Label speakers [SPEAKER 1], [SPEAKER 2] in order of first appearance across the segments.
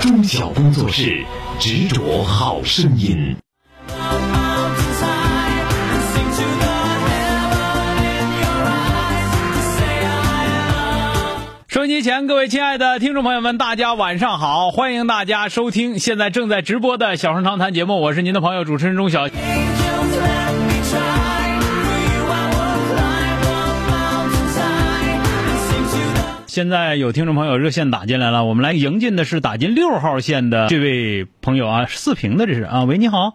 [SPEAKER 1] 中小工作室执着好声音。
[SPEAKER 2] 收音机前，各位亲爱的听众朋友们，大家晚上好！欢迎大家收听现在正在直播的《小声长谈》节目，我是您的朋友主持人钟晓。现在有听众朋友热线打进来了，我们来迎进的是打进六号线的这位朋友啊，四平的这是啊，喂，你好，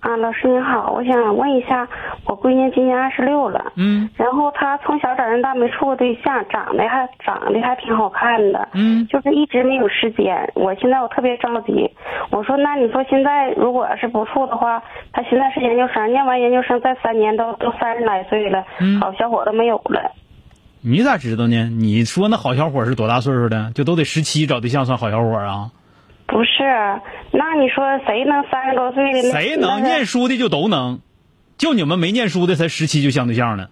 [SPEAKER 3] 啊，老师您好，我想问一下，我闺女今年二十六了，
[SPEAKER 2] 嗯
[SPEAKER 3] 然后她从小长到大没处过对象，长得还长得还挺好看的，
[SPEAKER 2] 嗯
[SPEAKER 3] 就是一直没有时间。我现在我特别着急，我说那你说现在如果要是不处的话，她现在是研究生，念完研究生再三年都都三十来岁了，
[SPEAKER 2] 嗯
[SPEAKER 3] 好小伙都没有了。
[SPEAKER 2] 你咋知道呢？你说那好小伙是多大岁数的？就都得十七找对象算好小伙啊？
[SPEAKER 3] 不是，啊那你说谁能三十多岁的？那
[SPEAKER 2] 谁能
[SPEAKER 3] 那是
[SPEAKER 2] 念书的就都能，就你们没念书的才十七就相对象呢？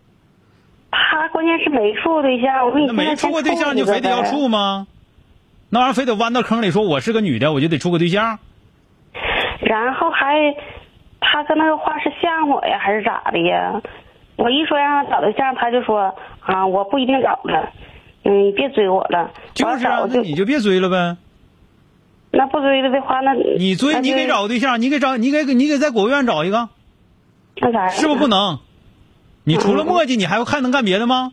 [SPEAKER 3] 她关键是没处过对象，我说你
[SPEAKER 2] 那没
[SPEAKER 3] 现在
[SPEAKER 2] 处
[SPEAKER 3] 先
[SPEAKER 2] 过对象就
[SPEAKER 3] 一个
[SPEAKER 2] 非得要
[SPEAKER 3] 呗
[SPEAKER 2] 处吗？那玩意儿非得弯到坑里说我是个女的，我就得处个对象？
[SPEAKER 3] 然后还，他跟那个话是吓唬我呀，还是咋的呀？我一说让他找对象，他就说啊，我不一定找了，嗯，你别追我了。
[SPEAKER 2] 就是
[SPEAKER 3] 我要
[SPEAKER 2] 啊
[SPEAKER 3] 找，
[SPEAKER 2] 那
[SPEAKER 3] 就
[SPEAKER 2] 你就别追了呗。
[SPEAKER 3] 那不追了的话，那
[SPEAKER 2] 你追
[SPEAKER 3] 那
[SPEAKER 2] 你
[SPEAKER 3] 就
[SPEAKER 2] 给找个对象，你给找你给你给在果务院找一个，
[SPEAKER 3] 那啥呀？
[SPEAKER 2] 是不是不能？你除
[SPEAKER 3] 嗯
[SPEAKER 2] 了磨叽，你还还能干别的吗？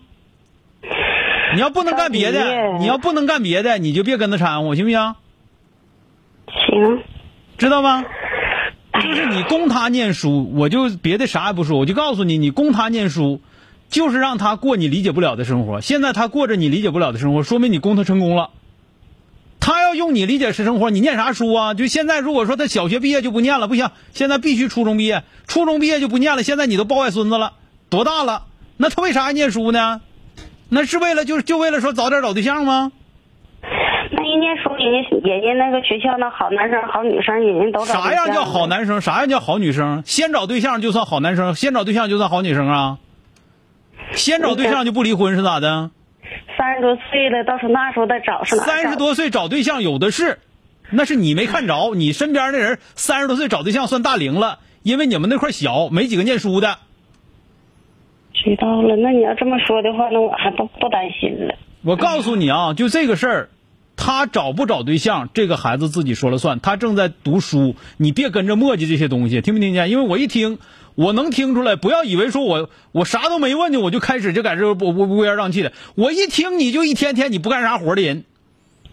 [SPEAKER 2] 你要不能干别
[SPEAKER 3] 干别
[SPEAKER 2] 的，
[SPEAKER 3] 的
[SPEAKER 2] 你要不能干别的，你就别跟他掺和，行不行？
[SPEAKER 3] 行，
[SPEAKER 2] 知道吗？就是你供他念书，我就别的啥也不说，我就告诉你，你供他念书，就是让他过你理解不了的生活。现在他过着你理解不了的生活，说明你供他成功了。他要用你理解式生活，你念啥书啊？就现在，如果说他小学毕业就不念了，不行，现在必须初中毕业，初中毕业就不念了。现在你都抱外孙子了，多大了？那他为啥还念书呢？那是为了就是就为了说早点找对象吗？
[SPEAKER 3] 那一念书，人家人家那个学校那好男生好女生，人家都找
[SPEAKER 2] 啥
[SPEAKER 3] 对
[SPEAKER 2] 样
[SPEAKER 3] 象
[SPEAKER 2] 叫好男生？啥样叫好女生？先找对象就算好男生，先找对象就算好女生啊？先找对象就不离婚是咋的？
[SPEAKER 3] 三十多岁了，到时候那时候再找是哪儿找？
[SPEAKER 2] 三十多岁找对象有的是，那是你没看着，你身边的人三十多岁找对象算大龄了，因为你们那块小，没几个念书的。
[SPEAKER 3] 知道了。那你要这么说的话，那我还不不担心了。
[SPEAKER 2] 我告诉你啊，就这个事儿，他找不找对象，这个孩子自己说了算。他正在读书，你别跟着磨叽这些东西，听没听见？因为我一听，我能听出来。不要以为说我我啥都没问呢，我就开始就在这乌乌乌烟瘴气的。我一听你就一天天你不干啥活的人，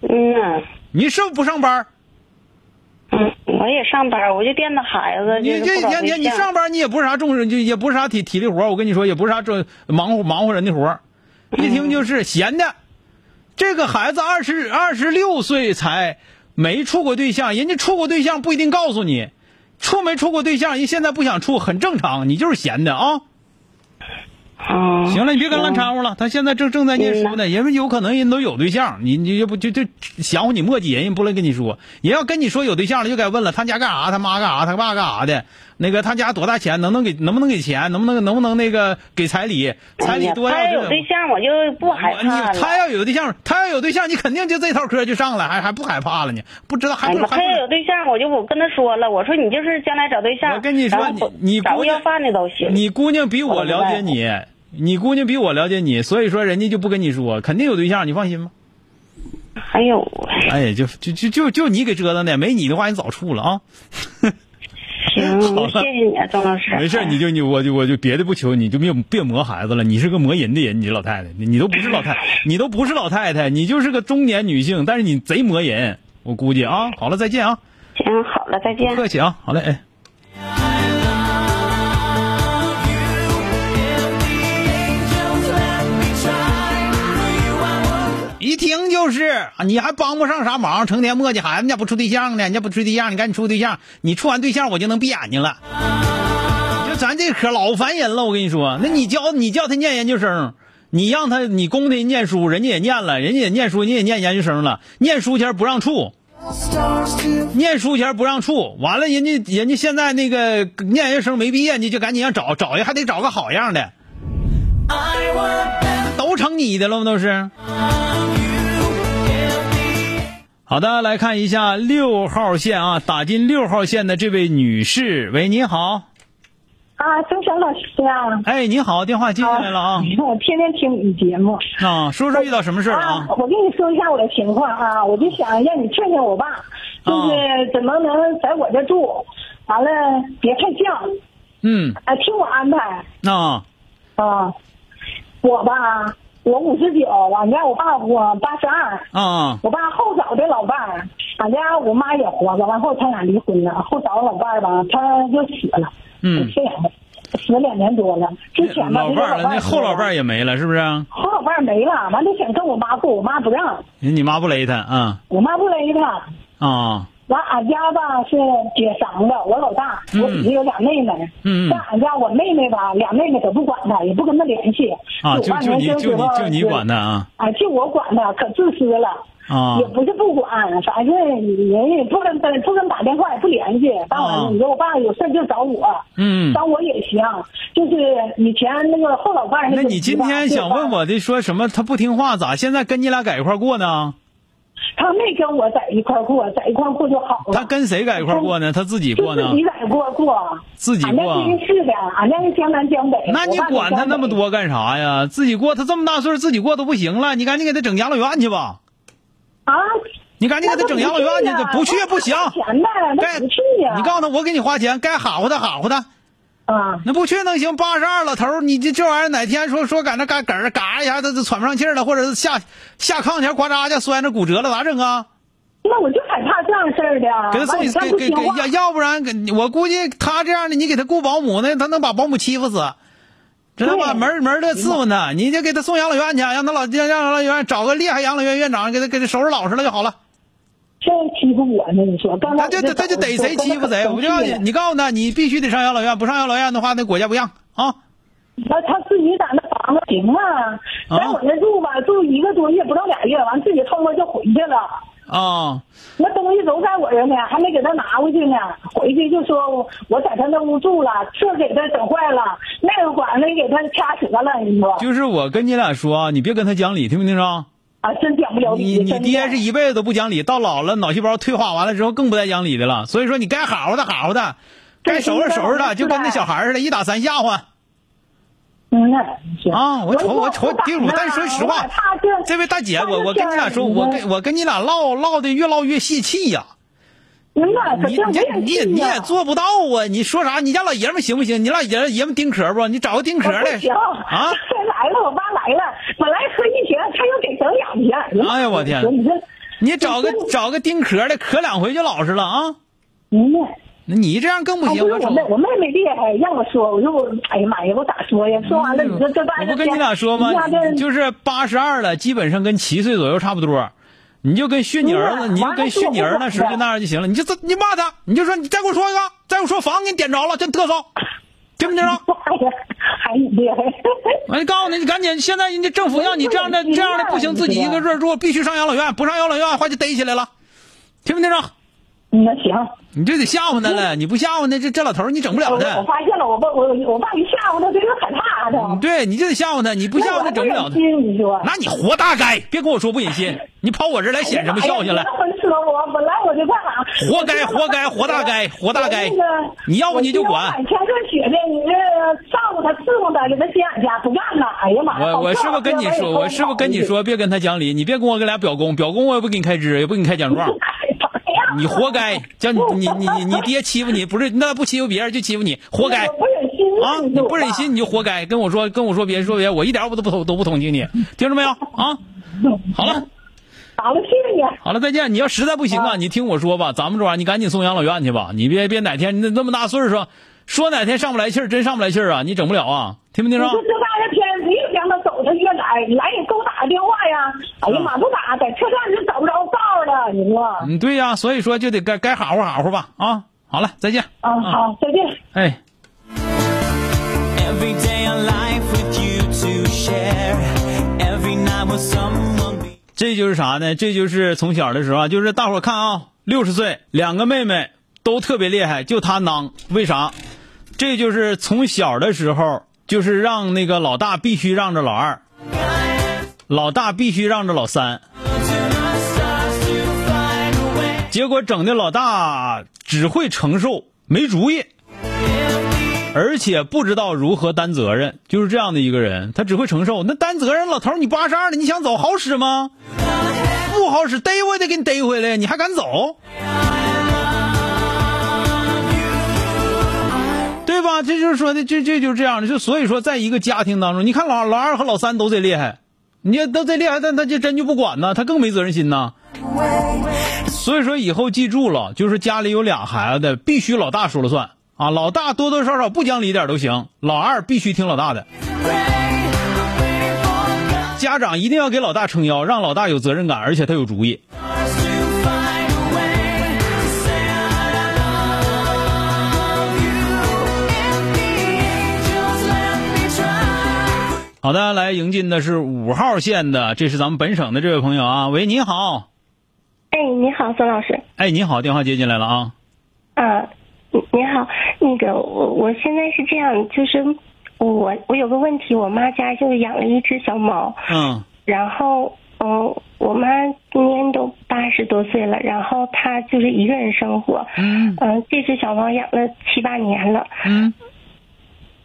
[SPEAKER 3] 嗯呐、
[SPEAKER 2] 你是不是不上班？
[SPEAKER 3] 嗯，我也上班，我就惦着孩子。
[SPEAKER 2] 你
[SPEAKER 3] 就是
[SPEAKER 2] 这一
[SPEAKER 3] 不找
[SPEAKER 2] 天
[SPEAKER 3] 对
[SPEAKER 2] 天你
[SPEAKER 3] 象
[SPEAKER 2] 上班，你也不是啥重视，就也不是啥体体力活儿我跟你说，也不是啥这忙活忙活人的活儿
[SPEAKER 3] 嗯
[SPEAKER 2] 一听就是闲的。这个孩子二十二十六岁才没处过对象，人家处过对象不一定告诉你，处没处过对象，人现在不想处很正常，你就是闲的啊。
[SPEAKER 3] 啊，嗯
[SPEAKER 2] 行了，你别跟他掺和了，他现在正正在念书呢，人们有可能人都有对象，你你要不就就想乎你墨迹人，人不能跟你说，人要跟你说有对象了，就该问了，他家干啥，他妈干啥，他爸干啥的，那个他家多大钱，能不能给能不能给钱，能不能能不能那个给彩礼，彩礼多
[SPEAKER 3] 嗯哎他
[SPEAKER 2] 要
[SPEAKER 3] 要有对象，我就不害怕
[SPEAKER 2] 你他
[SPEAKER 3] 了。
[SPEAKER 2] 要有对象，他要有对象，你肯定就这套嗑就上来，还还不害怕了呢？不知道还
[SPEAKER 3] 哎
[SPEAKER 2] 不
[SPEAKER 3] 呀，
[SPEAKER 2] 还
[SPEAKER 3] 他
[SPEAKER 2] 不
[SPEAKER 3] 要有对象，我就我跟他说了，我说你就是将来找对象，
[SPEAKER 2] 我跟你说
[SPEAKER 3] 然后
[SPEAKER 2] 你你
[SPEAKER 3] 找
[SPEAKER 2] 姑
[SPEAKER 3] 个
[SPEAKER 2] 娘
[SPEAKER 3] 要饭的都行。
[SPEAKER 2] 你姑娘比我了解你，你姑娘比我了解你，所以说人家就不跟你说，肯定有对象，你放心吧。
[SPEAKER 3] 哎呦，
[SPEAKER 2] 哎，就就就就就你给折腾的，没你的话，你早处了啊！
[SPEAKER 3] 行，
[SPEAKER 2] 好
[SPEAKER 3] 我
[SPEAKER 2] 了
[SPEAKER 3] 谢谢你啊，张老师。
[SPEAKER 2] 没事，你就你我就我就别的不求你，就别别磨孩子了。你是个磨人的人，你这老太太，你你都不是老太，你都不是老太太，你就是个中年女性，但是你贼磨人，我估计啊。好了，再见啊，
[SPEAKER 3] 行，好了，再见
[SPEAKER 2] 不。客气啊。好嘞，哎。一听就是，啊你还帮不上啥忙，成天磨叽孩子，你咋不处对象呢？你咋不处对象？你赶紧处对象，你处完对象我就能闭眼睛了。就咱这科老烦人了，我跟你说，那你教你叫他念研究生，你让他你供他念书，人家也念了，人家也念书，人家也念研究生了，念书前不让处，念书前不让处，完了人家人家现在那个念研究生没毕业，你就赶紧让找找一还得找个好样的，都成你的了吗？都是。好的，来看一下六号线啊，打进六号线的这位女士，喂，你好，
[SPEAKER 4] 啊，钟晓老师啊，
[SPEAKER 2] 哎，你好，电话接进来了啊，
[SPEAKER 4] 我天天听你节目。
[SPEAKER 2] 啊，说说遇到什么事儿啊？
[SPEAKER 4] 我跟你说一下我的情况啊，我就想让你劝劝我爸，
[SPEAKER 2] 啊
[SPEAKER 4] 就是怎么能在我这住，完了别太犟，
[SPEAKER 2] 嗯，
[SPEAKER 4] 啊，听我安排
[SPEAKER 2] 啊，
[SPEAKER 4] 啊。我吧，我五十九，俺家我爸我八十二，
[SPEAKER 2] 啊
[SPEAKER 4] 我爸后早的老伴儿，俺家我妈也活着，完后他俩离婚了，后早老伴儿吧，他就死了，
[SPEAKER 2] 嗯
[SPEAKER 4] 死两年，死两年多了，之前吧
[SPEAKER 2] 老伴儿了，那后老伴儿
[SPEAKER 4] 也。
[SPEAKER 2] 也没了，是不是啊？
[SPEAKER 4] 后老伴儿没了，完就想跟我妈过，我妈不让，
[SPEAKER 2] 你妈不勒他啊
[SPEAKER 4] 我妈不勒他。
[SPEAKER 2] 啊，
[SPEAKER 4] 完俺家吧是姐嗓子，我老大，我底下有俩妹妹。
[SPEAKER 2] 嗯嗯嗯
[SPEAKER 4] 但俺家我妹妹吧，俩妹妹可不管她，也不跟她联系。
[SPEAKER 2] 啊，就
[SPEAKER 4] 我爸
[SPEAKER 2] 就你
[SPEAKER 4] 年轻
[SPEAKER 2] 就
[SPEAKER 4] 时
[SPEAKER 2] 你
[SPEAKER 4] 候
[SPEAKER 2] 就你管他啊
[SPEAKER 4] 啊，就我管他，可自私了。
[SPEAKER 2] 啊
[SPEAKER 4] 也不是不管，反正人也不跟不跟打电话，也不联系。当晚
[SPEAKER 2] 啊
[SPEAKER 4] 你说我爸有事儿就找我，
[SPEAKER 2] 嗯
[SPEAKER 4] 找我也行。就是以前那个后老伴儿
[SPEAKER 2] 那
[SPEAKER 4] 个
[SPEAKER 2] 你今
[SPEAKER 4] 吧
[SPEAKER 2] 天想问，
[SPEAKER 4] 对吧
[SPEAKER 2] 我的说什么？他不听话咋？现在跟你俩在一块儿过呢？
[SPEAKER 4] 他没跟我在一块儿过，在一块儿过就好了。
[SPEAKER 2] 他跟谁在一块儿过呢？他自己
[SPEAKER 4] 就
[SPEAKER 2] 过
[SPEAKER 4] 自
[SPEAKER 2] 呢？
[SPEAKER 4] 己在过过，
[SPEAKER 2] 自己
[SPEAKER 4] 俺家
[SPEAKER 2] 过啊
[SPEAKER 4] 吉林市的，俺家是江南江北。
[SPEAKER 2] 那你
[SPEAKER 4] 哎我爸是
[SPEAKER 2] 管他
[SPEAKER 4] 江
[SPEAKER 2] 那么
[SPEAKER 4] 北？
[SPEAKER 2] 多干啥呀？自己过，他这么大岁数自己过都不行了，你赶紧给他整养老院去吧。
[SPEAKER 4] 啊，
[SPEAKER 2] 你赶紧给他整养老院去，他不去不行。
[SPEAKER 4] 钱呗，
[SPEAKER 2] 该
[SPEAKER 4] 那不去呀？
[SPEAKER 2] 你告诉他，我给你花钱，该哈呼他哈呼他，
[SPEAKER 4] 啊，
[SPEAKER 2] 那不去能行？八十二老头儿，你这这玩意儿哪天说说赶那嘎嘎嘎一下，他他喘不上气儿了，或者是下下炕前呱喳一下摔着骨折了，咋整啊？
[SPEAKER 4] 那我就害怕这样事儿的。
[SPEAKER 2] 给他送
[SPEAKER 4] 完
[SPEAKER 2] 给
[SPEAKER 4] 你再不
[SPEAKER 2] 给
[SPEAKER 4] 听
[SPEAKER 2] 给
[SPEAKER 4] 话
[SPEAKER 2] 要要不然给我估计他这样的，你给他雇保姆呢，他能把保姆欺负死。知道吧？
[SPEAKER 4] 对
[SPEAKER 2] 门儿门儿乐伺候他，你就给他送养老院去，让他老让让养老院找个厉害养老院院长，给他给他收拾老实了就好了。
[SPEAKER 4] 真欺负我呢？你说，刚才
[SPEAKER 2] 他就他他就逮谁欺负谁，我就让你你告诉他，你必须得上养老院，不上养老院的话，那国家不让啊。
[SPEAKER 4] 那他自己在那房子行啊，
[SPEAKER 2] 啊
[SPEAKER 4] 在我那住吧，住一个多月不到俩月，完自己偷摸就回去了。
[SPEAKER 2] 啊
[SPEAKER 4] 那东西都在我这呢，还没给他拿回去呢。回去就说我我在他那屋住了，这给他整坏了，那个管子给他掐折了。你说，
[SPEAKER 2] 就是我跟你俩说啊，你别跟他讲理，听没听着？
[SPEAKER 4] 啊，真讲不了理。
[SPEAKER 2] 你你
[SPEAKER 4] 真的
[SPEAKER 2] 爹是一辈子都不讲理，到老了脑细胞退化完了之后更不带讲理的了。所以说你该哈呼他哈呼他，该收拾收拾他，就跟那小孩儿似的，一打三吓唬。
[SPEAKER 4] 嗯那你说
[SPEAKER 2] 啊我瞅我瞅
[SPEAKER 4] 说
[SPEAKER 2] 对我但是说实话
[SPEAKER 4] 我怕这
[SPEAKER 2] 这位大姐，
[SPEAKER 4] 他就
[SPEAKER 2] 我我跟你俩说，
[SPEAKER 4] 是
[SPEAKER 2] 我跟我跟你俩唠唠的越唠越泄气呀、
[SPEAKER 4] 嗯那可
[SPEAKER 2] 你
[SPEAKER 4] 这我
[SPEAKER 2] 你这你也
[SPEAKER 4] 气
[SPEAKER 2] 你
[SPEAKER 4] 呀
[SPEAKER 2] 也做不到啊！你说啥？你家老爷们儿行不行？你俩爷爷们儿钉壳不？你找个钉壳
[SPEAKER 4] 我不
[SPEAKER 2] 的
[SPEAKER 4] 行
[SPEAKER 2] 啊！
[SPEAKER 4] 他来了，我爸来了，本来喝一瓶，他又给整两瓶。
[SPEAKER 2] 哎呀我天
[SPEAKER 4] 你说，
[SPEAKER 2] 你找个
[SPEAKER 4] 我
[SPEAKER 2] 找个钉壳的，壳两回就老实了啊！
[SPEAKER 4] 嗯那。
[SPEAKER 2] 那你这样更不
[SPEAKER 4] 啊
[SPEAKER 2] 行，
[SPEAKER 4] 不是
[SPEAKER 2] 瞅
[SPEAKER 4] 我妹，我妹妹厉害，让我说，我就我哎呀妈呀，我咋说呀？说完了，你说这半
[SPEAKER 2] 嗯我不跟你俩说吗？就是八十二了，基本上跟七岁左右差不多。你就跟训你儿子，
[SPEAKER 4] 嗯
[SPEAKER 2] 你就跟训你儿
[SPEAKER 4] 完
[SPEAKER 2] 子
[SPEAKER 4] 了
[SPEAKER 2] 时就那样就行了。你就你骂他，你就说你再给我说一个，再给我说房给你点着了，真特骚，听没听着？
[SPEAKER 4] 哎呀，还你厉害，
[SPEAKER 2] 我就告诉你，你赶紧！现在人家政府让你这样的
[SPEAKER 4] 不是
[SPEAKER 2] 这样的不行，
[SPEAKER 4] 你
[SPEAKER 2] 自己一个
[SPEAKER 4] 知
[SPEAKER 2] 人住，必须上养老院，不上养老院的话就逮起来了，听没听着？
[SPEAKER 4] 那行。
[SPEAKER 2] 你这得吓唬他了，你不吓唬他，这这老头儿你整不
[SPEAKER 4] 我
[SPEAKER 2] 了
[SPEAKER 4] 我
[SPEAKER 2] 他。
[SPEAKER 4] 发现了，我爸我我爸一吓唬他，他就害怕的。
[SPEAKER 2] 对，你就得吓唬他，你嗯不吓唬他整不了他。
[SPEAKER 4] 心你说。
[SPEAKER 2] 那你活大该！别跟我说不忍心，你跑我这儿来显什么笑去了？
[SPEAKER 4] 浑死我！本来我就干啥？
[SPEAKER 2] 活该，活该，活大该，活大该
[SPEAKER 4] 我那个！
[SPEAKER 2] 你要不你就
[SPEAKER 4] 我
[SPEAKER 2] 管
[SPEAKER 4] 天热血的，你这照顾他伺候他，给他接俺家不干了。哎呀妈呀！
[SPEAKER 2] 我我是不是跟你说，我是不是跟你？说，别跟他讲理，你别跟我哥俩表功，表功我也不给你开支，也不给你开奖 状，你活该！叫你你你你你爹欺负你，不是那不欺负别人就欺负你，活该
[SPEAKER 4] 我不忍心
[SPEAKER 2] 啊！你不忍心你就活该，跟我说跟我说别人说别人，我一点我都不同都不同情你，听着没有啊？好了。
[SPEAKER 4] 好了，谢谢你。
[SPEAKER 2] 好了，再见。你要实在不行啊，你听我说吧，咱们这玩意儿你赶紧送养老院去吧，你别别哪天那那么大岁数啊，说哪天上不来气儿，真上不来 气儿啊，你整不了啊，听没听
[SPEAKER 4] 你
[SPEAKER 2] 着？
[SPEAKER 4] 说这半天天，谁让他走，他越来来也给我打个电话呀，呀，哎呀妈，不打，在车站就找不着道了，你说。啊
[SPEAKER 2] 嗯，对呀、所以说就得该该哈呼哈呼吧啊！好了，再见。
[SPEAKER 4] 啊，好，再见。
[SPEAKER 2] 哎，
[SPEAKER 5] Every day a life with you to share. Every night with someone. Be-
[SPEAKER 2] 这就是啥呢？这就是从小的时候啊，就是大伙儿看啊，六十岁，两个妹妹都特别厉害，就她囊，为啥？这就是从小的时候，就是让那个老大必须让着老二，老大必须让着老三，
[SPEAKER 5] to the stars to find a way.
[SPEAKER 2] 结果整的老大只会承受，没主意，而且不知道如何担责任，就是这样的一个人，他只会承受。那担责任，老头儿你八十二了，你想走好使吗？不好使，逮我也得给你逮回来，你还敢走？对吧？这就是说的，这这就是这样的，就所以说，在一个家庭当中，你看老老二和老三都贼厉害，你看都贼厉害，但他就真就不管呢，他更没责任心呐。所以说以后记住了，就是家里有俩孩子的，必须老大说了算啊。老大多多少少不讲理点儿都行，老二必须听老大的。家长一定要给老大撑腰，让老大有责任感，而且他有主意。
[SPEAKER 5] To find a way to say that I love you. If the angels let me try.
[SPEAKER 2] 好的，来迎进的是五号线的，这是咱们本省的这位朋友啊。喂，你好，
[SPEAKER 3] 哎，你好，孙老师。
[SPEAKER 2] 哎，你好，电话接进来了啊。
[SPEAKER 3] 啊，你你好，那个我我现在是这样，就是我我有个问题，我妈家就养了一只小猫，
[SPEAKER 2] 嗯
[SPEAKER 3] 然后嗯、呃我妈今年都八十多岁了，然后她就是一个人生活，
[SPEAKER 2] 嗯
[SPEAKER 3] 嗯、这只小猫养了七八年了，
[SPEAKER 2] 嗯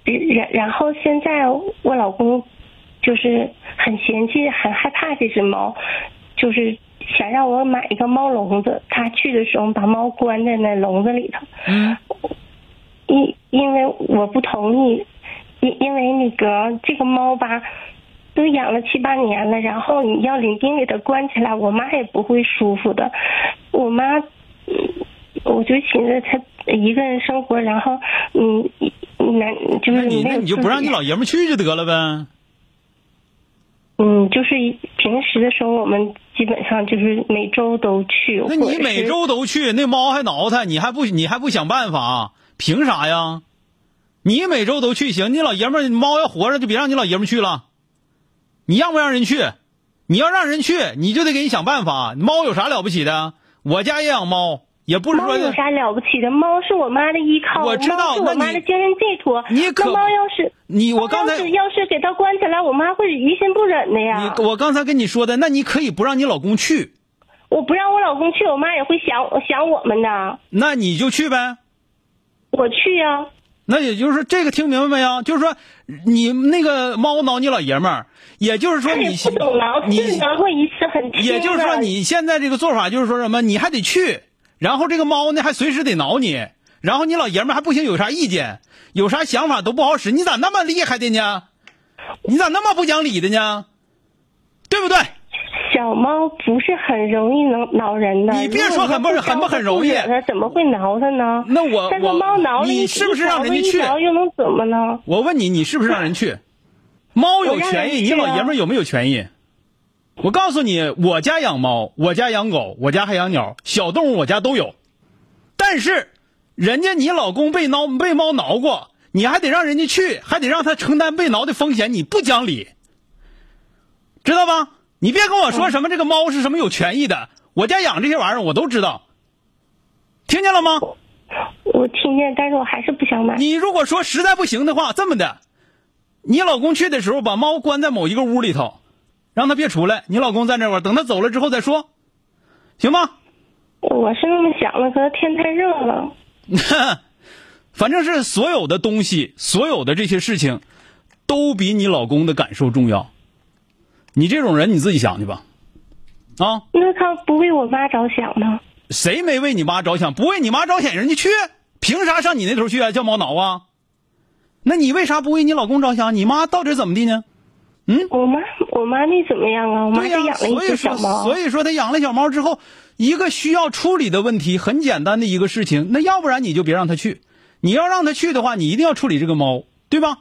[SPEAKER 3] 然然后现在我老公就是很嫌弃、很害怕这只猫，就是想让我买一个猫笼子。他去的时候把猫关在那笼子里头，
[SPEAKER 2] 嗯
[SPEAKER 3] 因因为我不同意，因因为那个这个猫吧。都养了七八年了，然后你要领丁给它关起来，我妈也不会舒服的。我妈，嗯我就寻思她一个人生活，然后，嗯，男就
[SPEAKER 2] 那
[SPEAKER 3] 是
[SPEAKER 2] 你
[SPEAKER 3] 没
[SPEAKER 2] 那
[SPEAKER 3] 有
[SPEAKER 2] 你就
[SPEAKER 3] 刺
[SPEAKER 2] 不让
[SPEAKER 3] 激
[SPEAKER 2] 你老爷们儿去就得了呗。
[SPEAKER 3] 嗯，就是平时的时候，我们基本上就是每周都去。
[SPEAKER 2] 那
[SPEAKER 3] 或者
[SPEAKER 2] 你
[SPEAKER 3] 是
[SPEAKER 2] 每周都去，那猫还挠它，你还不你还不想办法，啊凭啥呀？你每周都去行，你老爷们儿猫要活着就别让你老爷们儿去了。你让不让人去？你要让人去，你就得给你想办法。猫有啥了不起的？我家也养猫，也不是
[SPEAKER 3] 猫
[SPEAKER 2] 说
[SPEAKER 3] 有啥了不起的？猫是我妈的依靠，
[SPEAKER 2] 我知道
[SPEAKER 3] 猫是我
[SPEAKER 2] 那
[SPEAKER 3] 妈
[SPEAKER 2] 你
[SPEAKER 3] 的精神寄托。
[SPEAKER 2] 你可
[SPEAKER 3] 那猫要是
[SPEAKER 2] 你我刚才
[SPEAKER 3] 猫要是哦要是给它关起来，我妈会于心不忍的呀。
[SPEAKER 2] 你我刚才跟你说的，那你可以不让你老公去，
[SPEAKER 3] 我不让我老公去，我妈也会想想我们的。
[SPEAKER 2] 那你就去呗。
[SPEAKER 3] 我去啊呀、
[SPEAKER 2] 那也就是说，这个听明白没有？就是说，你那个猫挠你老爷们儿，也就是说
[SPEAKER 3] 她也
[SPEAKER 2] 你
[SPEAKER 3] 哎不懂啊挠，
[SPEAKER 2] 你
[SPEAKER 3] 就是挠过一次很轻啊
[SPEAKER 2] 也就是说，
[SPEAKER 3] 的
[SPEAKER 2] 你现在这个做法就是说什么？你还得去，然后这个猫呢还随时得挠你，然后你老爷们儿还不行，有啥意见、有啥想法都不好使。你咋那么厉害的呢？你咋那么不讲理的呢？对不对？
[SPEAKER 3] 小猫不是很容易挠挠人的。
[SPEAKER 2] 你别说很不
[SPEAKER 3] 如果
[SPEAKER 2] 很不很容易
[SPEAKER 3] 它不惹它怎么会挠它呢？
[SPEAKER 2] 那我
[SPEAKER 3] 但是
[SPEAKER 2] 我
[SPEAKER 3] 猫挠了
[SPEAKER 2] 你
[SPEAKER 3] 一
[SPEAKER 2] 是不是让人家
[SPEAKER 3] 一
[SPEAKER 2] 去
[SPEAKER 3] 挠又能怎么呢？
[SPEAKER 2] 我问你，你是不是让人 去？猫有权益，
[SPEAKER 3] 我让人
[SPEAKER 2] 你
[SPEAKER 3] 去啊
[SPEAKER 2] 老爷们儿有没有权益？我告诉你，我家养猫，我家养狗，我家还养鸟，小动物我家都有。但是，人家你老公被挠被猫挠过，你还得让人家去，还得让他承担被挠的风险，你不讲理，知道吧？你别跟我说什么这个猫是什么有权益的，我家养这些玩意儿我都知道，听见了吗？
[SPEAKER 3] 我听见，但是我还是不想买。
[SPEAKER 2] 你如果说实在不行的话，这么的，你老公去的时候把猫关在某一个屋里头，让他别出来，你老公在那块儿，等他走了之后再说，行吗？
[SPEAKER 3] 我是那么想的，可是天太热了。
[SPEAKER 2] 反正是所有的东西，所有的这些事情，都比你老公的感受重要。你这种人你自己想去吧，啊，
[SPEAKER 3] 那他不为我妈着想吗？
[SPEAKER 2] 谁没为你妈着想？不为你妈着想，人家去，凭啥上你那头去啊？叫猫挠啊？那你为啥不为你老公着想？你妈到底怎么地呢？
[SPEAKER 3] 我妈，我妈没怎么样啊，我妈
[SPEAKER 2] 对
[SPEAKER 3] 就
[SPEAKER 2] 呀、
[SPEAKER 3] 养了一
[SPEAKER 2] 所以
[SPEAKER 3] 只
[SPEAKER 2] 说
[SPEAKER 3] 小猫。
[SPEAKER 2] 所以说他养了小猫之后，一个需要处理的问题，很简单的一个事情，那要不然你就别让他去，你要让他去的话，你一定要处理这个猫，对吧？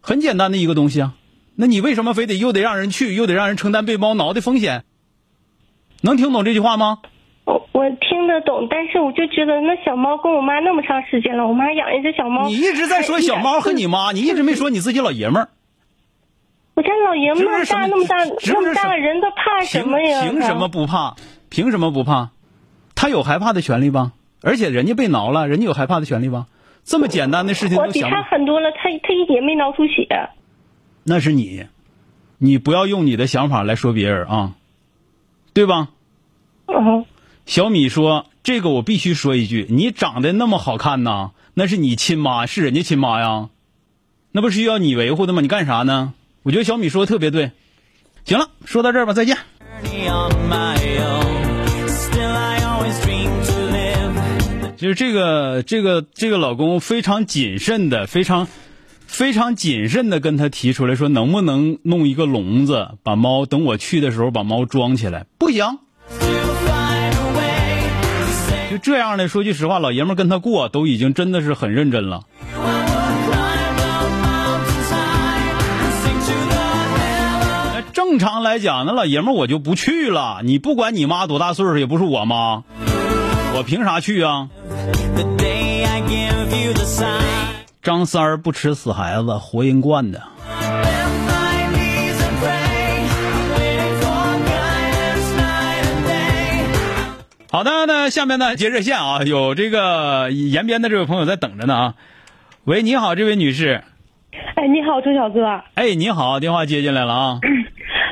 [SPEAKER 2] 很简单的一个东西啊，那你为什么非得又得让人去，又得让人承担被猫挠的风险？能听懂这句话吗？
[SPEAKER 6] 我哦我听得懂，但是我就觉得那小猫跟我妈那么长时间了，我妈养一只小猫，哎
[SPEAKER 2] 你一直
[SPEAKER 3] 哎
[SPEAKER 2] 在说小猫和你妈，你一直没说你自己老爷们儿。
[SPEAKER 6] 我家老爷们
[SPEAKER 2] 是不
[SPEAKER 6] 儿
[SPEAKER 2] 是什
[SPEAKER 6] 大
[SPEAKER 2] 么
[SPEAKER 6] 那么大
[SPEAKER 2] 是不
[SPEAKER 6] 那
[SPEAKER 2] 是
[SPEAKER 6] 么大
[SPEAKER 2] 什么
[SPEAKER 6] 个人，他怕什么呀？
[SPEAKER 2] 凭凭什么不怕？凭什么不怕？他有害怕的权利吧？而且人家被挠了，人家有害怕的权利吧？这么简单的事情
[SPEAKER 6] 我
[SPEAKER 2] 都
[SPEAKER 6] 比
[SPEAKER 2] 想不
[SPEAKER 6] 他狠多了，他他也没挠出血。
[SPEAKER 2] 那是你，你不要用你的想法来说别人啊，对吧？
[SPEAKER 6] 嗯，
[SPEAKER 2] 小米说：“这个我必须说一句，你长得那么好看呐，那是你亲妈，是人家亲妈呀，那不是需要你维护的吗？你干啥呢？”我觉得小米说的特别对。行了，说到这儿吧，再见。
[SPEAKER 5] journey on my own. Still, I always dream to live.
[SPEAKER 2] 就是这个这个这个老公非常谨慎的，非常非常谨慎的跟他提出来说，能不能弄一个笼子，把猫等我去的时候把猫装起来？不行。
[SPEAKER 5] Still, find a way to say
[SPEAKER 2] 就这样的，说句实话，老爷们儿跟他过都已经真的是很认真了。
[SPEAKER 5] I would climb the mountains high and sing to the heaven.
[SPEAKER 2] 那正常来讲，那老爷们儿我就不去了。你不管你妈多大岁数，也不是我妈，我凭啥去啊？
[SPEAKER 5] The day I give you the sign.
[SPEAKER 2] 张三儿不吃死孩子，活人惯的。
[SPEAKER 5] Bend my knees and pray. I'm waiting for guidance night and day.
[SPEAKER 2] 好的，那下面呢接热线啊，有这个延边的这位朋友在等着呢啊。喂，你好，这位女士。
[SPEAKER 3] 哎，你好，周小哥。
[SPEAKER 2] 哎，你好，电话接进来了 啊。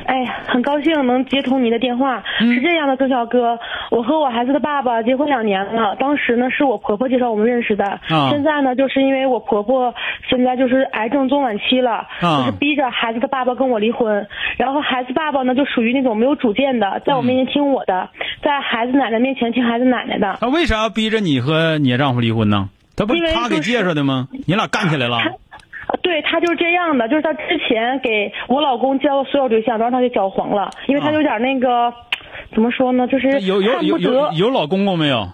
[SPEAKER 3] 哎呀，很高兴能接通你的电话。
[SPEAKER 2] 嗯
[SPEAKER 3] 是这样的，周小哥，我和我孩子的爸爸结婚两年了。当时呢，是我婆婆介绍我们认识的。
[SPEAKER 2] 啊
[SPEAKER 3] 现在呢，就是因为我婆婆现在就是癌症中晚期了，
[SPEAKER 2] 啊
[SPEAKER 3] 就是逼着孩子的爸爸跟我离婚。然后孩子爸爸呢，就属于那种没有主见的，在我面前听我的，在孩子奶奶面前听孩子奶奶的。
[SPEAKER 2] 他为啥要逼着你和你丈夫离婚呢？他不
[SPEAKER 3] 因为
[SPEAKER 2] 他给
[SPEAKER 3] 就是
[SPEAKER 2] 介绍的吗？你俩干起来了？
[SPEAKER 3] 对嗯他就是这样的，就是他之前给我老公介绍所有对象，都让他给搅黄了，因为他有点那个，怎么说呢，就是
[SPEAKER 2] 啊有有
[SPEAKER 3] 看
[SPEAKER 2] 有
[SPEAKER 3] 不
[SPEAKER 2] 有
[SPEAKER 3] 得。
[SPEAKER 2] 有老公公没有？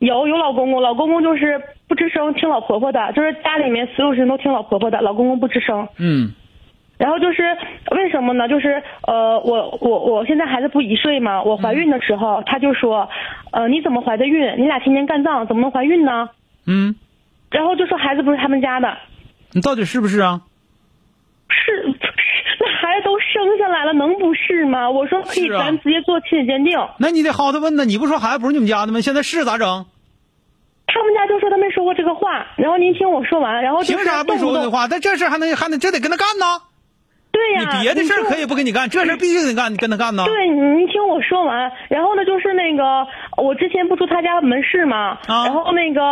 [SPEAKER 3] 有有老公公，老公公就是不吱声，听老婆婆的，就是家里面所有事情都听老婆婆的，老公公不吱声。
[SPEAKER 2] 嗯
[SPEAKER 3] 然后就是为什么呢？就是呃，我我我现在孩子不一岁嘛，我怀孕的时
[SPEAKER 2] 嗯
[SPEAKER 3] 候、他就说，呃，你怎么怀的孕？你俩天天干仗，怎么能怀孕呢？
[SPEAKER 2] 嗯，
[SPEAKER 3] 然后就说孩子不是他们家的，
[SPEAKER 2] 你到底是不是啊？
[SPEAKER 3] 是，那孩子都生下来了，能不是吗？我说可以，
[SPEAKER 2] 是啊
[SPEAKER 3] 咱直接做亲子鉴定。
[SPEAKER 2] 那你得好好的问他，你不说孩子不是你们家的吗？现在是咋整？
[SPEAKER 3] 他们家就说他没说过这个话，然后您听我说完，然后就
[SPEAKER 2] 凭
[SPEAKER 3] 是
[SPEAKER 2] 啥不
[SPEAKER 3] 动
[SPEAKER 2] 说
[SPEAKER 3] 不
[SPEAKER 2] 这
[SPEAKER 3] 动？
[SPEAKER 2] 话？但这事儿还能还能这得跟他干呢？
[SPEAKER 3] 对呀、
[SPEAKER 2] 你别的事儿
[SPEAKER 3] 听
[SPEAKER 2] 可以不跟你干，这事儿必须得干，你跟他干呢？
[SPEAKER 3] 对，您听我说完，然后呢，就是那个我之前不出他家门市嘛，
[SPEAKER 2] 啊
[SPEAKER 3] 然后那个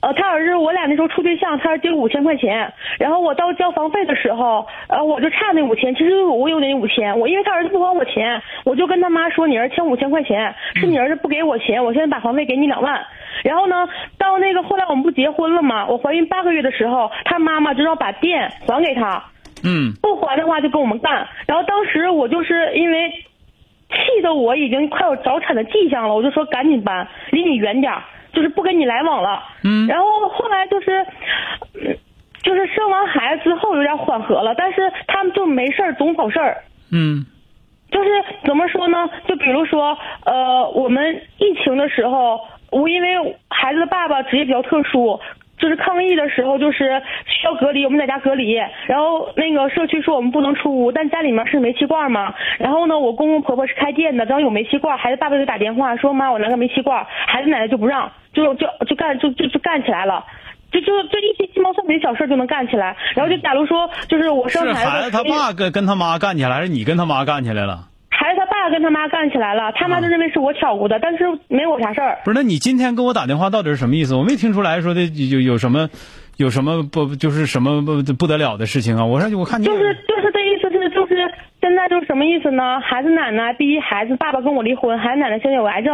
[SPEAKER 3] 呃，他要是我俩那时候处对象，他要是借五千块钱，然后我到交房费的时候，呃，我就差那五千，其实我有那五千，我因为他儿子不还我钱，我就跟他妈说，你儿子欠五千块钱，是你儿子不给我钱，我现在把房费给你两万。然后呢，到那个后来我们不结婚了嘛，我怀孕八个月的时候，他妈妈就让我把店还给他，
[SPEAKER 2] 嗯
[SPEAKER 3] 不还的话就跟我们干。然后当时我就是因为气得我已经快有早产的迹象了，我就说赶紧搬，离你远点儿，就是不跟你来往了。
[SPEAKER 2] 嗯
[SPEAKER 3] 然后后来就是。嗯就是生完孩子之后有点缓和了，但是他们就没事儿总找事儿，
[SPEAKER 2] 嗯
[SPEAKER 3] 就是怎么说呢？就比如说，呃，我们疫情的时候，我因为孩子的爸爸职业比较特殊，就是抗疫的时候就是需要隔离，我们在家隔离。然后那个社区说我们不能出屋，但家里面是煤气罐嘛。然后呢，我公公婆婆是开店的，然后有煤气罐，孩子爸爸就打电话说妈，我来个煤气罐，孩子奶奶就不让，就就就干就就就干起来了。就就就一些鸡毛蒜皮的小事就能干起来，然后就假如说就是我生
[SPEAKER 2] 是
[SPEAKER 3] 孩子，
[SPEAKER 2] 孩子他爸跟跟他妈干起来，还是你跟他妈干起来了？
[SPEAKER 3] 孩子他爸跟他妈干起来了，他
[SPEAKER 2] 啊
[SPEAKER 3] 妈就认为是我挑唆的，但是没我啥事儿。
[SPEAKER 2] 不是，那你今天跟我打电话到底是什么意思？我没听出来说的有有什么，有什么不就是什么不不得了的事情啊？我说我看你
[SPEAKER 3] 就是就是这意思是就是现在就是什么意思呢？孩子奶奶逼孩子爸爸跟我离婚，孩子奶奶现在有癌症，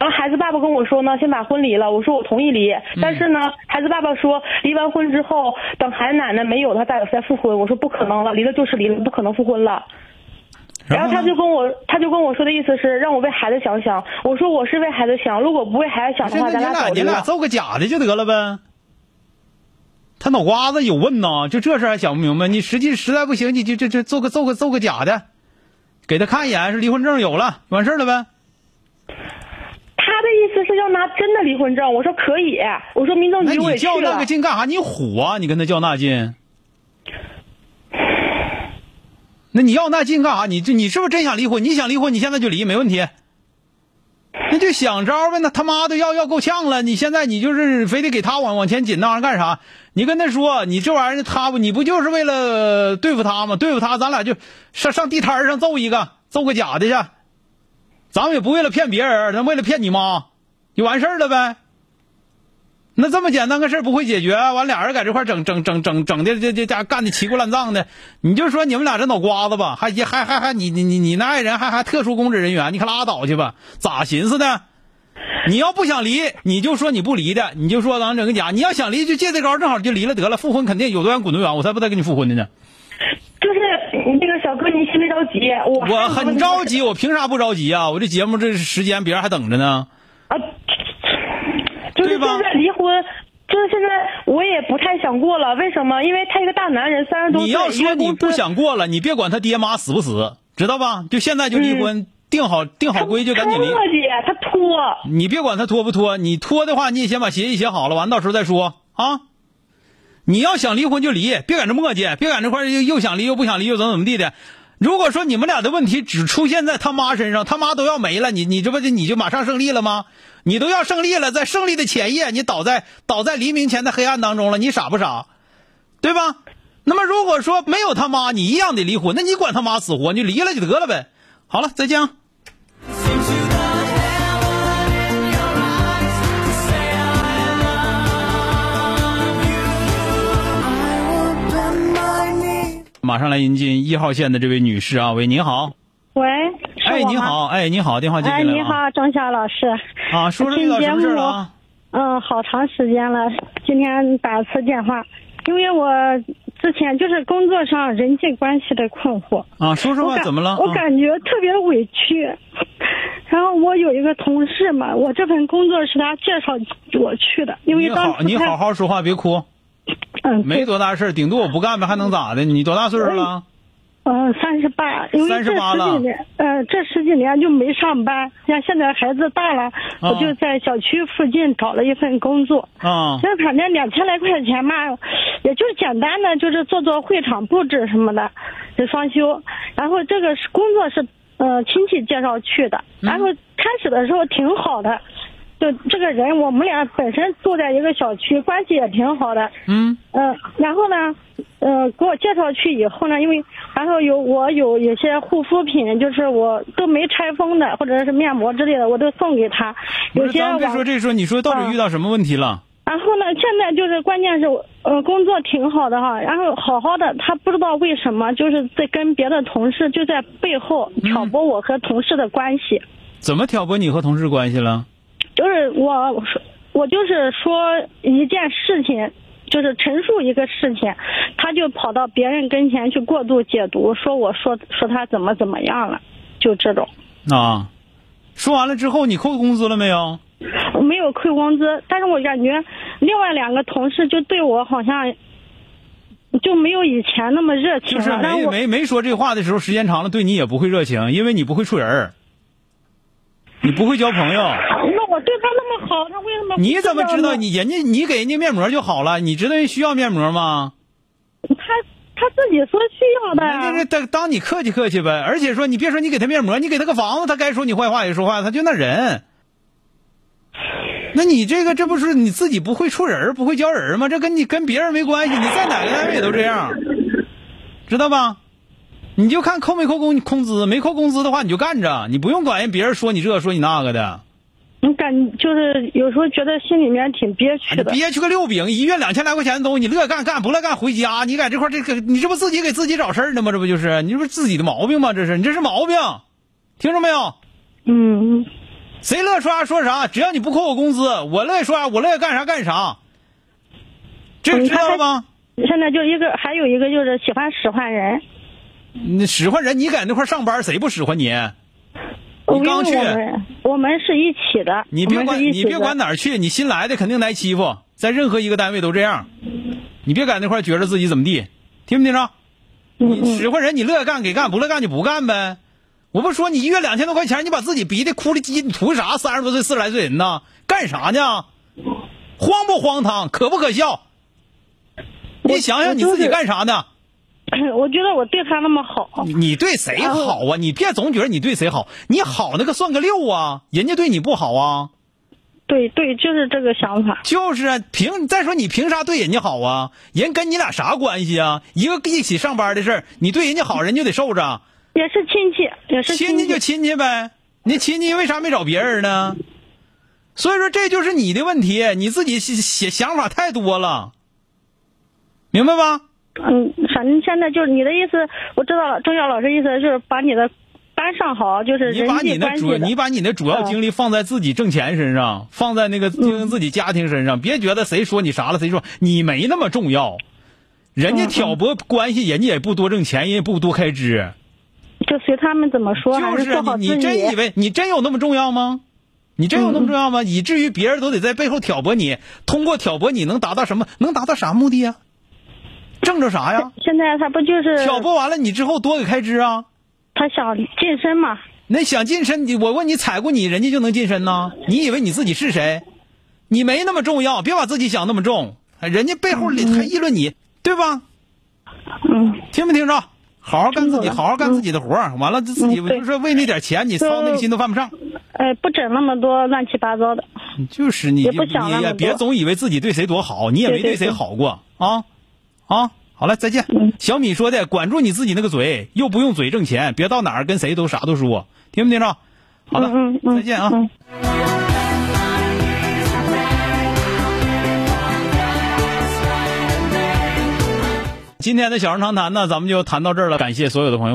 [SPEAKER 3] 然后孩子爸爸跟我说呢，先把婚离了，我说我同意离，
[SPEAKER 2] 嗯
[SPEAKER 3] 但是呢，孩子爸爸说离完婚之后，等孩子奶奶没有他再再复婚，我说不可能了，离了就是离了，不可能复婚了。然后
[SPEAKER 2] 呢
[SPEAKER 3] 他就跟我，他就跟我说的意思是让我为孩子想想。我说我是为孩子想，如果不为孩子想的
[SPEAKER 2] 现
[SPEAKER 3] 话，
[SPEAKER 2] 在
[SPEAKER 3] 咱
[SPEAKER 2] 你
[SPEAKER 3] 俩
[SPEAKER 2] 俩
[SPEAKER 3] 早
[SPEAKER 2] 你
[SPEAKER 3] 离了
[SPEAKER 2] 俩。凑个假的就得了呗。他脑瓜子有问呐，就这事儿还想不明白。你实际实在不行，你就这这做个做个做个假的，给他看一眼，是离婚证有了，完事儿了呗。
[SPEAKER 7] 他的意思是要拿真的离婚证，我说可以，我说民政
[SPEAKER 2] 那
[SPEAKER 7] 局我
[SPEAKER 2] 你
[SPEAKER 7] 也去
[SPEAKER 2] 较那
[SPEAKER 7] 了
[SPEAKER 2] 个。劲干啥？你虎啊！你跟他较那劲。那你要那劲干啥？你这你是不是真想离婚？你想离婚，你现在就离，没问题。那就想招呗，那他妈的要要够呛了。你现在你就是非得给他往往前紧，那玩意儿干啥？你跟他说，你这玩意儿他不，你不就是为了对付他吗？对付他，咱俩就上上地摊儿上揍一个，揍个假的去。咱们也不为了骗别人，咱为了骗你妈，就完事儿了呗。那这么简单个事儿不会解决，啊完俩人在这块儿整整整整整的这这家干的奇瓜烂账的，你就说你们俩这脑瓜子吧，还还还还你你你你那爱人还还特殊公职人员，你可拉倒去吧，咋寻思的？你要不想离，你就说你不离的，你就说咱整个假。你要想离，就借这高正好就离了得了，复婚肯定有多远滚多远，我才不带跟你复婚的呢。
[SPEAKER 7] 就是那个小哥，您先别着急，我还有
[SPEAKER 2] 我
[SPEAKER 7] 个问
[SPEAKER 2] 很
[SPEAKER 7] 题
[SPEAKER 2] 着急，我凭啥不着急啊？我这节目这时间别人还等着呢。
[SPEAKER 7] 啊，就是
[SPEAKER 2] 对
[SPEAKER 7] 现
[SPEAKER 2] 吧
[SPEAKER 7] 在离婚。就是现在，我也不太想过了。为什么？因为他一个大男人，三十多岁，
[SPEAKER 2] 你要
[SPEAKER 7] 一
[SPEAKER 2] 说
[SPEAKER 7] 个
[SPEAKER 2] 你
[SPEAKER 7] 公
[SPEAKER 2] 不
[SPEAKER 7] 司
[SPEAKER 2] 想过了，你别管他爹妈死不死，知道吧？就现在就离婚，定好定好规矩，赶紧离。
[SPEAKER 7] 嗯他磨叽，他拖。
[SPEAKER 2] 你别管他拖不拖，你拖的话，你也先把协议写好了，完到时候再说啊。你要想离婚就离，别搁这磨叽，别搁这块儿又又想离又不想离又怎么怎么地的。如果说你们俩的问题只出现在他妈身上，他妈都要没了，你你这不就你就马上胜利了吗？你都要胜利了，在胜利的前夜，你倒在倒在黎明前的黑暗当中了，你傻不傻？对吧？那么如果说没有他妈，你一样得离婚，那你管他妈死活，你就离了就得了呗。好了，再见啊。马上来迎进一号线的这位女士啊，喂，您好，
[SPEAKER 3] 喂，是
[SPEAKER 2] 哎，
[SPEAKER 3] 我
[SPEAKER 2] 你
[SPEAKER 3] 吗。
[SPEAKER 2] 好，哎，你好，电话接进
[SPEAKER 3] 哎，
[SPEAKER 2] 来了、啊。
[SPEAKER 3] 你好，张霞老师。
[SPEAKER 2] 啊，说说遇
[SPEAKER 3] 听
[SPEAKER 2] 到
[SPEAKER 3] 节
[SPEAKER 2] 什么
[SPEAKER 3] 目
[SPEAKER 2] 事儿了啊？
[SPEAKER 3] 嗯，好长时间了，今天打次电话，因为我之前就是工作上人际关系的困惑。
[SPEAKER 2] 啊，说说
[SPEAKER 3] 我
[SPEAKER 2] 吧，
[SPEAKER 3] 感
[SPEAKER 2] 怎么了？
[SPEAKER 3] 我
[SPEAKER 2] 啊
[SPEAKER 3] 感觉特别委屈。 然后我有一个同事嘛，我这份工作是他介绍我去的，因为
[SPEAKER 2] 你
[SPEAKER 3] 当
[SPEAKER 2] 好，
[SPEAKER 3] 时
[SPEAKER 2] 你
[SPEAKER 3] 他
[SPEAKER 2] 好好说话，别哭，
[SPEAKER 3] 嗯
[SPEAKER 2] 没
[SPEAKER 3] 对
[SPEAKER 2] 多大事儿，顶多我不干呗，还能咋的？你多大岁数了？
[SPEAKER 3] 嗯三十八，因为这十
[SPEAKER 2] 38了
[SPEAKER 3] 几年呃这十几年就没上班，像现在孩子大了，
[SPEAKER 2] 啊
[SPEAKER 3] 我就在小区附近找了一份工作。
[SPEAKER 2] 啊
[SPEAKER 3] 那反正两千来块钱嘛，也就是简单的，就是做做会场布置什么的，就双休。然后这个是工作是呃亲戚介绍去的，
[SPEAKER 2] 嗯
[SPEAKER 3] 然后开始的时候挺好的，就这个人我们俩本身住在一个小区，关系也挺好的。
[SPEAKER 2] 嗯
[SPEAKER 3] 嗯、然后呢，呃，给我介绍去以后呢，因为然后有我有一些护肤品，就是我都没拆封的，或者是面膜之类的，我都送给他。
[SPEAKER 2] 不
[SPEAKER 3] 有
[SPEAKER 2] 是，
[SPEAKER 3] 些啊
[SPEAKER 2] 咱们别
[SPEAKER 3] 网
[SPEAKER 2] 说这说，你说到底遇到什么问题了？
[SPEAKER 3] 然后呢，现在就是关键是我，呃，工作挺好的哈，然后好好的，他不知道为什么就是在跟别的同事就在背后挑拨我和同事的关系，
[SPEAKER 2] 怎么挑拨你和同事关系了？
[SPEAKER 3] 就是我我说我就是说一件事情。就是陈述一个事情，他就跑到别人跟前去过度解读，说我说说他怎么怎么样了，就这种。
[SPEAKER 2] 啊，说完了之后，你扣工资了没有？
[SPEAKER 3] 我没有亏工资，但是我感觉另外两个同事就对我好像就没有以前啊那么热情
[SPEAKER 2] 就
[SPEAKER 3] 了。
[SPEAKER 2] 是啊
[SPEAKER 3] 但
[SPEAKER 2] 没
[SPEAKER 3] 我
[SPEAKER 2] 没没说这话的时候，时间长了对你也不会热情，因为你不会处人儿，你不会交朋友。
[SPEAKER 3] 那我对他那么好，他为什 么不
[SPEAKER 2] 你怎么知道
[SPEAKER 3] 呢？
[SPEAKER 2] 你人家你给人家面膜就好了？你知道人需要面膜吗？
[SPEAKER 3] 他他自己说需要的呀
[SPEAKER 2] 那这当当你客气客气呗，而且说你别说你给他面膜，你给他个房子，他该说你坏话也说话，他就那人。那你这个这不是你自己不会处人儿不会教人儿吗？这跟你跟别人没关系，你在哪个单位都这样，知道吧？你就看扣没扣工工资，没扣工资的话你就干着，你不用管人别人说你这说你那个的，
[SPEAKER 3] 你嗯感就是有时候觉得心里面挺憋
[SPEAKER 2] 啊
[SPEAKER 3] 屈
[SPEAKER 2] 你
[SPEAKER 3] 的。
[SPEAKER 2] 憋屈个六饼，一月两千来块钱的东西，你乐干干，不乐干回家，你在这块儿这个你这不自己给自己找事儿呢吗？这不就是你这不是自己的毛病吗？这是你这是毛病，听着没有？
[SPEAKER 3] 嗯，
[SPEAKER 2] 谁乐说啥说啥，只要你不扣我工资，我乐意说啥我乐意干啥干啥，这
[SPEAKER 3] 嗯
[SPEAKER 2] 知道了吗？
[SPEAKER 3] 现在就一个，还有一个就是喜欢使唤人。
[SPEAKER 2] 你使唤人，你在那块儿上班，谁不使唤你？你刚去
[SPEAKER 3] 因为我们我们是一起的，
[SPEAKER 2] 你
[SPEAKER 3] 我
[SPEAKER 2] 别
[SPEAKER 3] 们
[SPEAKER 2] 管
[SPEAKER 3] 是一起
[SPEAKER 2] 你
[SPEAKER 3] 的
[SPEAKER 2] 别管哪儿去，你新来的肯定挨欺负，在任何一个单位都这样。你别在那块儿觉着自己怎么地，听没听着？
[SPEAKER 3] 嗯
[SPEAKER 2] 你使唤人，你乐意干给干，不乐意干就不干呗。我不说你一月两千多块钱，你把自己逼得哭的鸡，你图啥？三十多岁、四十来岁人呐，干啥呢？荒不荒唐？可不可笑？你想想你自己干啥呢？
[SPEAKER 3] 我觉得我对他那么好，
[SPEAKER 2] 你你对谁好啊？你别总觉得你对谁好，你好那个算个六啊，人家对你不好啊。
[SPEAKER 3] 对对，就是这个想法。
[SPEAKER 2] 就是啊，凭再说你凭啥对人家好啊？人跟你俩啥关系啊？一个一起上班的事儿，你对人家好，人家得受着。
[SPEAKER 3] 也是亲戚，也是
[SPEAKER 2] 亲戚
[SPEAKER 3] 戚
[SPEAKER 2] 就亲戚呗，你亲戚为啥没找别人呢？所以说这就是你的问题，你自己想想法太多了，明白吧？
[SPEAKER 3] 嗯，反正现在就是你的意思，我知道了。钟晓老师意思就是把你的班上好，就是
[SPEAKER 2] 你
[SPEAKER 3] 人
[SPEAKER 2] 把你
[SPEAKER 3] 际
[SPEAKER 2] 那
[SPEAKER 3] 关系
[SPEAKER 2] 主
[SPEAKER 3] 的嗯
[SPEAKER 2] 你把你那主要精力放在自己挣钱身上，放在那个经营自己家庭身上，别觉得谁说你啥了，谁说你没那么重要。人
[SPEAKER 3] 嗯
[SPEAKER 2] 家挑拨关系，人家也不多挣钱，人家也不多开支，
[SPEAKER 3] 就随他们怎么说，还
[SPEAKER 2] 就是是
[SPEAKER 3] 做好自
[SPEAKER 2] 你
[SPEAKER 3] 己。嗯
[SPEAKER 2] 你真以为你真有那么重要吗？你真有那么重要吗？以至于别人都得在背后挑拨你，通过挑拨你能达到什么？能达到啥目的呀？挣着啥呀？
[SPEAKER 3] 现在他不就是
[SPEAKER 2] 挑拨完了你之后多给开支啊？
[SPEAKER 3] 他想晋升嘛？
[SPEAKER 2] 那想近身，你我问你踩过你，人家就能近身呢？你以为你自己是谁？你没那么重要，别把自己想那么重。哎人家背后里还议论你，对吧？
[SPEAKER 3] 嗯，
[SPEAKER 2] 听没听着？好好干自己，好好干自己的活儿。完了，自己
[SPEAKER 3] 嗯
[SPEAKER 2] 就
[SPEAKER 3] 对
[SPEAKER 2] 是说为那点钱，你操那个心都犯不上。
[SPEAKER 3] 呃，不整那么多乱七八糟的。
[SPEAKER 2] 就是你，
[SPEAKER 3] 也不想那
[SPEAKER 2] 你
[SPEAKER 3] 么
[SPEAKER 2] 也
[SPEAKER 3] 多
[SPEAKER 2] 别总以为自己对谁多好，你也没
[SPEAKER 3] 对对
[SPEAKER 2] 对谁
[SPEAKER 3] 对嗯
[SPEAKER 2] 好过啊啊！好了，再见。小米说的，管住你自己那个嘴，又不用嘴挣钱，别到哪儿跟谁都啥都说，听没听着？好了，
[SPEAKER 3] 嗯嗯嗯
[SPEAKER 2] 再见啊。
[SPEAKER 3] 嗯
[SPEAKER 2] 今天的小人长谈呢，咱们就谈到这儿了，感谢所有的朋友们。